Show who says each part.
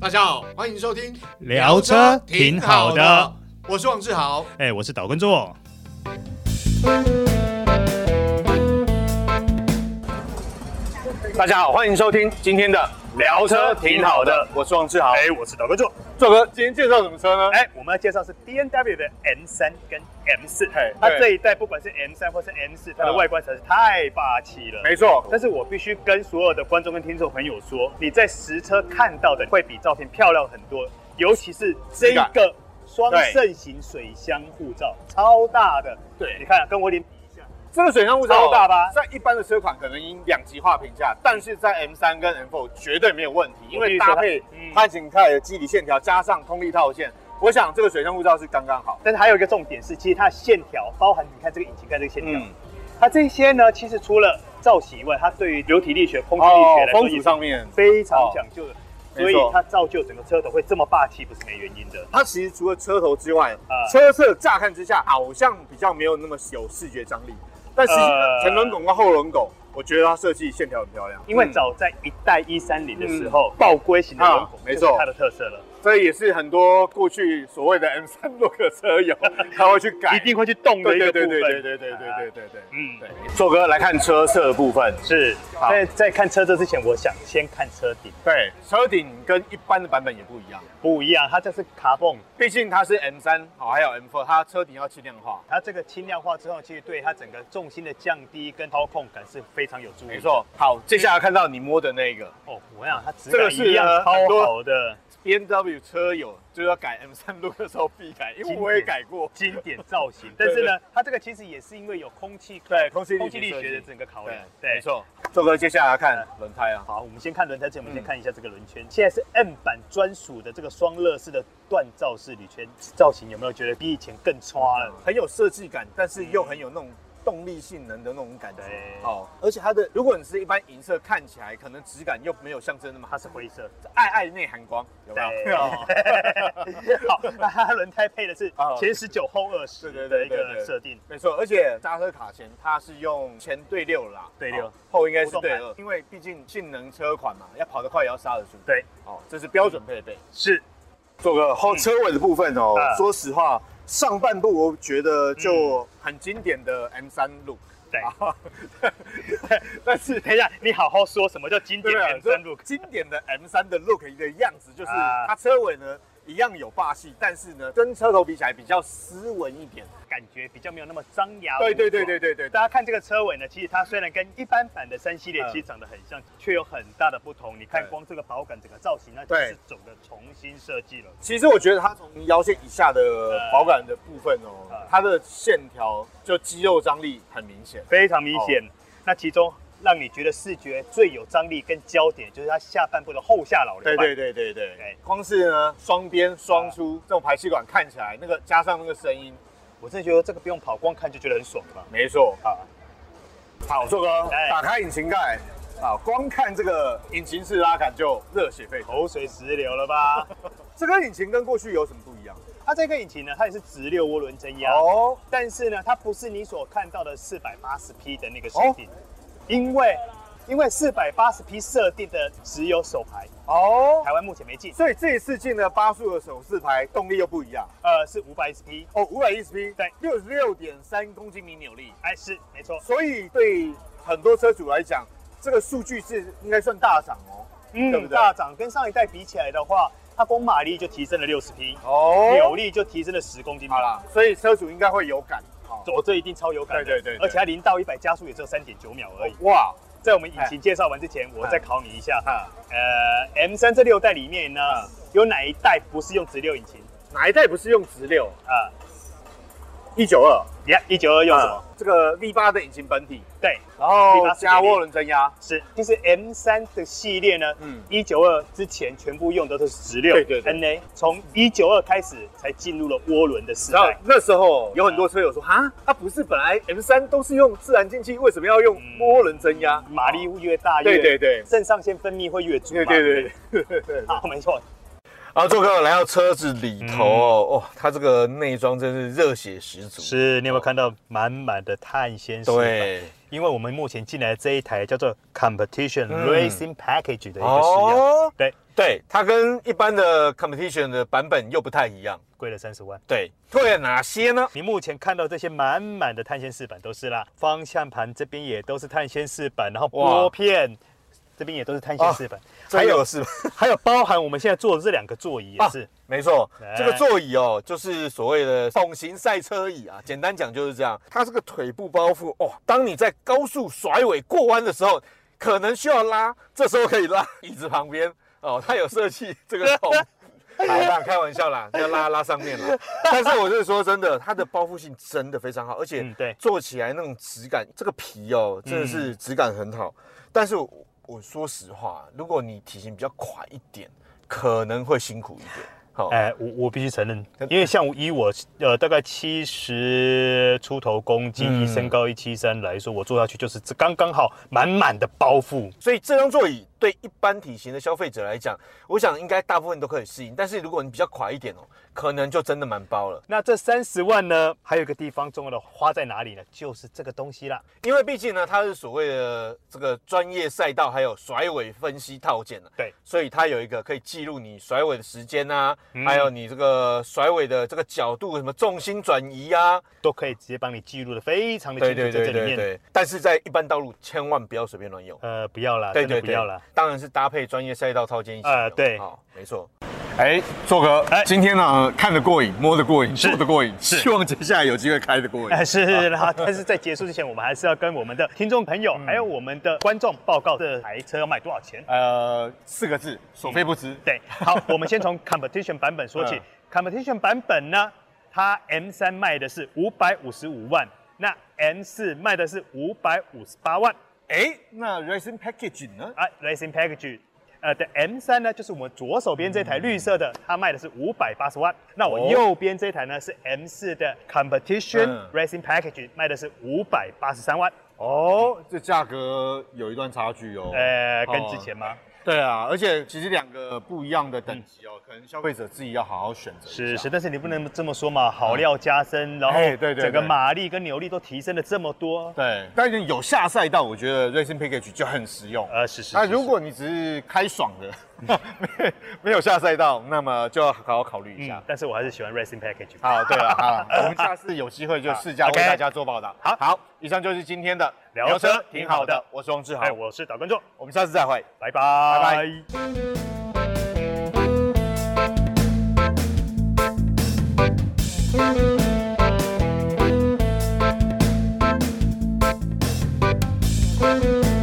Speaker 1: 大家好，欢迎收听
Speaker 2: 聊车挺好的，
Speaker 1: 我是王志豪。
Speaker 2: 哎、我是岛根座。
Speaker 3: 大家好，欢迎收听今天的聊车挺好的，我是王志豪。
Speaker 2: 哎、我是岛根座。
Speaker 3: 硕哥，今天介绍什么车呢？
Speaker 2: 哎、我们要介绍是 B N W 的 M 三跟 M 四
Speaker 3: 嘿，
Speaker 2: 它
Speaker 3: 对
Speaker 2: 这一代不管是 M 三或是 M 四，它的
Speaker 3: 嗯
Speaker 2: 外观实在是太霸气了。
Speaker 3: 没错，
Speaker 2: 但是我必须跟所有的观众跟听众朋友说，你在实车看到的会比照片漂亮很多，尤其是这
Speaker 3: 质感
Speaker 2: 个双
Speaker 3: 对
Speaker 2: 肾型水箱护罩，超大的。
Speaker 3: 对
Speaker 2: 你看，啊跟我脸比一下，
Speaker 3: 这个水箱护罩
Speaker 2: 超大吧
Speaker 3: 在一般的车款可能因两极化评价，哦但是在 M 三跟 M 4绝对没有问题，因为搭配
Speaker 2: 嗯
Speaker 3: 潘景泰的基底线条加上通力套件，我想这个水箱护罩是刚刚好。
Speaker 2: 但是还有一个重点是，其实它的线条包含你看这个引擎盖这个线条，
Speaker 3: 嗯，
Speaker 2: 它这些呢，其实除了造型以外，它对于流体力学、空气力
Speaker 3: 哦
Speaker 2: 学来，说
Speaker 3: 风阻
Speaker 2: 也是
Speaker 3: 上面，哦
Speaker 2: 非常讲究的，
Speaker 3: 没
Speaker 2: 所以
Speaker 3: 错
Speaker 2: 它造就整个车头会这么霸气，不是没原因的。
Speaker 3: 它其实除了车头之外，
Speaker 2: 呃
Speaker 3: 车侧乍看之下好像比较没有那么有视觉张力，但实际
Speaker 2: 呃
Speaker 3: 前轮拱跟后轮拱，我觉得它设计线条很漂亮，
Speaker 2: 因为
Speaker 3: 嗯
Speaker 2: 早在一代一三零的时候，爆龟型的轮
Speaker 3: 啊
Speaker 2: 拱
Speaker 3: 没
Speaker 2: 就
Speaker 3: 错
Speaker 2: 是它的特色了，
Speaker 3: 这也是很多过去所谓的 M 三洛克车 友他会去改，
Speaker 2: 一定会去动的
Speaker 3: 对
Speaker 2: 一个
Speaker 3: 对
Speaker 2: 部
Speaker 3: 对
Speaker 2: 分。
Speaker 3: 对对对对对对对对。
Speaker 2: 嗯，
Speaker 3: 对，硕哥来看车侧的部分，
Speaker 2: 是。
Speaker 3: 好
Speaker 2: 在在看车这之前，我想先看车顶，
Speaker 3: 对，车顶跟一般的版本也不一样，
Speaker 2: 不一样，它这是卡泵，
Speaker 3: 毕竟它是 M 三，好还有 M 4它车顶要轻量化。
Speaker 2: 它这个轻量化之后，其实对它整个重心的降低跟操控感是非常有助益。
Speaker 3: 没，错，好，接下来看到你摸的那个
Speaker 2: 哦，我想它质
Speaker 3: 这
Speaker 2: 感
Speaker 3: 个是
Speaker 2: 一样
Speaker 3: 呃
Speaker 2: 超
Speaker 3: 很多
Speaker 2: 好的。
Speaker 3: BMW 车友，就是要改 M 三路的时候必改，因为我也改过。
Speaker 2: 经典造型，但是呢，它这个其实也是因为有空气
Speaker 3: 呃对空气力学
Speaker 2: 空气力学的整个考量。对
Speaker 3: 没，错。硕哥，接下来看轮胎啊，
Speaker 2: 好，我们先看轮胎之前，我们先看一下这个轮圈。现在是 M 版专属的这个双乐式的锻造式铝圈造型，有没有觉得比以前更刷了？
Speaker 3: 很有设计感，但是又很有那种动力性能的那种感觉
Speaker 2: 对。
Speaker 3: 哦，而且它的，如果你是一般银色，看起来可能质感又没有象征那么
Speaker 2: 它
Speaker 3: 好，
Speaker 2: 是灰色，
Speaker 3: 爱爱内含光，有哦没
Speaker 2: 对
Speaker 3: 有？
Speaker 2: 好，那它轮胎配的是
Speaker 3: 哦
Speaker 2: 前十九后二十
Speaker 3: 对对
Speaker 2: 的
Speaker 3: 对
Speaker 2: 一
Speaker 3: 对
Speaker 2: 个
Speaker 3: 对
Speaker 2: 设定。
Speaker 3: 没错，而且刹车卡钳它是用前对六啦，
Speaker 2: 对六
Speaker 3: 哦后应该是对
Speaker 2: 不动
Speaker 3: 二，因为毕竟性能车款嘛，要跑得快也要刹得住。
Speaker 2: 对，
Speaker 3: 哦，这是标准配备。
Speaker 2: 是
Speaker 3: 做个后
Speaker 2: 嗯
Speaker 3: 车尾的部分哦
Speaker 2: 啊，
Speaker 3: 说实话，上半部我觉得就很经典的 M 三 look。
Speaker 2: 嗯对
Speaker 3: 啊， 但是
Speaker 2: 等一下，你好好说什么叫经
Speaker 3: 对
Speaker 2: 典
Speaker 3: 不
Speaker 2: M
Speaker 3: 对？
Speaker 2: 三 look？
Speaker 3: 经典的 M 三的 look 的样子，就是
Speaker 2: 啊
Speaker 3: 它车尾呢一样有霸气，但是呢跟车头比起来比较斯文一点。
Speaker 2: 感觉比较没有那么张牙。
Speaker 3: 对对对对。对对，
Speaker 2: 大家看这个车尾呢，其实它虽然跟一般版的三系列
Speaker 3: 嗯
Speaker 2: 其实长得很像，却有很大的不同。你看
Speaker 3: 对
Speaker 2: 光这个保杆整个造型，那就
Speaker 3: 对
Speaker 2: 是整个重新设计了。
Speaker 3: 其实我觉得它从腰线以下
Speaker 2: 嗯
Speaker 3: 的保杆的部分哦
Speaker 2: 呃，
Speaker 3: 它的线条就肌肉张力很明显。
Speaker 2: 非常明显。那其中让你觉得视觉最有张力跟焦点，就是它下半部的后下老流
Speaker 3: 对
Speaker 2: 板。
Speaker 3: 对对对对
Speaker 2: 对，
Speaker 3: 光是呢双边双出这种排气管看起来，那个加上那个声音，
Speaker 2: 我真的觉得这个不用跑，光看就觉得很爽吧。
Speaker 3: 没错。
Speaker 2: 啊，
Speaker 3: 好，硕哥
Speaker 2: 哎
Speaker 3: 打开引擎盖，啊，光看这个引擎式拉杆就热血沸腾。
Speaker 2: 口水直流了吧？
Speaker 3: 这个引擎跟过去有什么不一样？
Speaker 2: 它这个引擎呢，它也是直六涡轮增压，
Speaker 3: 哦，
Speaker 2: 但是呢，它不是你所看到的四百八十匹的那个设定，因为因为四百八十匹设定的只有手排，
Speaker 3: 哦，
Speaker 2: 台湾目前没进，
Speaker 3: 所以这一次进了八速的手四排，动力又不一样。
Speaker 2: 呃，是五百一十匹。
Speaker 3: 哦，五百一十匹，
Speaker 2: 对，
Speaker 3: 六十六点三公斤米扭力。
Speaker 2: 哎，是没错，
Speaker 3: 所以对很多车主来讲，这个数据是应该算大涨哦。
Speaker 2: 嗯，
Speaker 3: 对不对
Speaker 2: 大涨跟上一代比起来的话，它光马力就提升了六十匹，
Speaker 3: 哦
Speaker 2: 扭力就提升了十公斤。
Speaker 3: 好，啦，所以车主应该会有感。哦
Speaker 2: 走这一定超有感的。
Speaker 3: 对对对对哦
Speaker 2: 而且它零到一百加速也只有三点九秒而已。
Speaker 3: 哇，
Speaker 2: 在我们引
Speaker 3: 哎
Speaker 2: 擎介绍完之前，我再考你一下，
Speaker 3: 啊，
Speaker 2: 呃，M 三这六代里面呢，有哪一代不是用直六引擎
Speaker 3: 哪一代不是用直六？
Speaker 2: 啊？
Speaker 3: 一九二
Speaker 2: 呀，一九二用什么？？
Speaker 3: 这个 V 八的引擎本体，
Speaker 2: 对，
Speaker 3: 啊然后
Speaker 2: V8 是
Speaker 3: 加涡轮增压。
Speaker 2: 是，其实 M 三的系列呢，
Speaker 3: 嗯
Speaker 2: 一九二之前全部用的都是直六，
Speaker 3: 对对对
Speaker 2: NA，从一九二开始才进入了涡轮的时
Speaker 3: 然后
Speaker 2: 代。
Speaker 3: 那时候有很多车友说，哈，它不是本来 M 三都是用自然进气，为什么要用
Speaker 2: 嗯
Speaker 3: 涡轮增压？
Speaker 2: 马力越大
Speaker 3: 对
Speaker 2: 越，
Speaker 3: 对对
Speaker 2: 肾上腺分泌会越足
Speaker 3: 对
Speaker 2: 嘛。
Speaker 3: 对对对对对。
Speaker 2: 好，没错，
Speaker 4: 然啊后做客来到车子里
Speaker 2: 嗯
Speaker 4: 头哦，哦，它这个内装真是热血十足。
Speaker 2: 是你有没有看到满满的碳纤石板？
Speaker 4: 对，
Speaker 2: 因为我们目前进来这一台叫做 Competition
Speaker 4: 嗯
Speaker 2: Racing Package 的一个式样，
Speaker 4: 哦
Speaker 2: 对，
Speaker 4: 对，它跟一般的 competition 的版本又不太一样。
Speaker 2: 贵了三十万。
Speaker 4: 对，会有哪些呢？
Speaker 2: 你目前看到这些满满的碳纤饰板都是啦，方向盘这边也都是碳纤饰板，然后拨片这边也都是碳纤
Speaker 4: 啊
Speaker 2: 饰板，还有
Speaker 4: 是吧？
Speaker 2: 还有包含我们现在坐的这两个座椅也是，
Speaker 4: 没错
Speaker 2: 哎，
Speaker 4: 这个座椅哦，就是所谓的桶型赛车椅啊。简单讲就是这样，它这个腿部包覆哦，当你在高速甩尾过弯的时候，可能需要拉，这时候可以拉椅子旁边哦，它有设计 这个桶。好啦，开玩笑啦，要拉拉上面啦。但是我是说真的，它的包覆性真的非常好，而且
Speaker 2: 嗯对嗯
Speaker 4: 做起来那种质感，这个皮哦，真的是质感很好。但是我我说实话，如果你体型比较垮一点，可能会辛苦一点。好、
Speaker 2: 哎、我我必须承认，因为像以我呃大概七十出头公斤，
Speaker 4: 嗯
Speaker 2: 身高一七三来说，我坐下去就是这刚刚好满满的包覆，
Speaker 4: 所以这张座椅对一般体型的消费者来讲，我想应该大部分都可以适应。但是如果你比较垮一点哦，可能就真的蛮包了。
Speaker 2: 那这三十万呢，还有一个地方重要的花在哪里呢？就是这个东西啦。
Speaker 4: 因为毕竟呢，它是所谓的这个专业赛道还有甩尾分析套件呢、
Speaker 2: 对，
Speaker 4: 所以它有一个可以记录你甩尾的时间啊，
Speaker 2: 嗯
Speaker 4: 还有你这个甩尾的这个角度，什么重心转移啊，
Speaker 2: 都可以直接帮你记录的非常的清楚，在这里面。
Speaker 4: 对。但是在一般道路千万不要随便乱用。
Speaker 2: 呃，不要啦，
Speaker 4: 对
Speaker 2: 真的
Speaker 4: 对
Speaker 2: 不
Speaker 4: 对，
Speaker 2: 要啦。
Speaker 4: 当然是搭配专业赛道套件一起
Speaker 2: 呃
Speaker 4: 用
Speaker 2: 对
Speaker 4: 好，没错。
Speaker 3: 哎，硕哥，
Speaker 2: 哎
Speaker 3: 今天呢看得过瘾，摸得过瘾，
Speaker 2: 是
Speaker 3: 坐得过瘾，希望接下来有机会开得过瘾
Speaker 2: 哎，。是啦，但是在结束之前，我们还是要跟我们的听众朋友，
Speaker 4: 嗯
Speaker 2: 还有我们的观众报告这台车要卖多少钱。
Speaker 4: 啊
Speaker 3: 呃，四个
Speaker 2: 嗯
Speaker 3: 字，所费不值。
Speaker 2: 对，好，我们先从 competition 版本说起
Speaker 3: 嗯。
Speaker 2: competition 版本呢，它 M 三卖的是五百五十五万，那 M 四卖的是五百五十八万。
Speaker 3: 哎，那 Racing Package 呢？
Speaker 2: 啊，Racing Package。呃的 M 三呢，就是我们左手边这台绿色的，它卖的是五百八十万。那我
Speaker 4: 哦
Speaker 2: 右边这台呢是 M 四的 Competition
Speaker 4: 嗯
Speaker 2: Racing Package，卖的是五百八十三万。
Speaker 3: 哦，这价格有一段差距哦。
Speaker 2: 呃，跟
Speaker 3: 哦
Speaker 2: 之前吗？
Speaker 3: 对啊，而且其实两个不一样的等级哦，可能消费者自己要好好选择一下。
Speaker 2: 是是，但是你不能这么说嘛，好料加深，然后
Speaker 3: 哎啊对对
Speaker 2: 整个
Speaker 3: 对
Speaker 2: 马力跟扭力都提升了这么多。
Speaker 3: 对，但是有下赛道，我觉得 Racing Package 就很实用。
Speaker 2: 呃，是是。
Speaker 3: 那
Speaker 2: 是
Speaker 3: 如果你只是开爽的， 没没有下赛道，那么就要好好考虑一
Speaker 2: 嗯
Speaker 3: 下，。
Speaker 2: 但是我还是喜欢 Racing Package。
Speaker 3: 啊好，对了，好了，我们下次有机会就试 驾为
Speaker 2: OK
Speaker 3: 大家做报道。
Speaker 2: 好
Speaker 3: 好，以上就是今天的
Speaker 2: 聊车挺好的
Speaker 3: 我是王志豪
Speaker 2: 哎，，我是导观众，
Speaker 3: 我们下次再会。
Speaker 2: 拜拜
Speaker 3: 拜
Speaker 2: 拜。
Speaker 5: Thank you.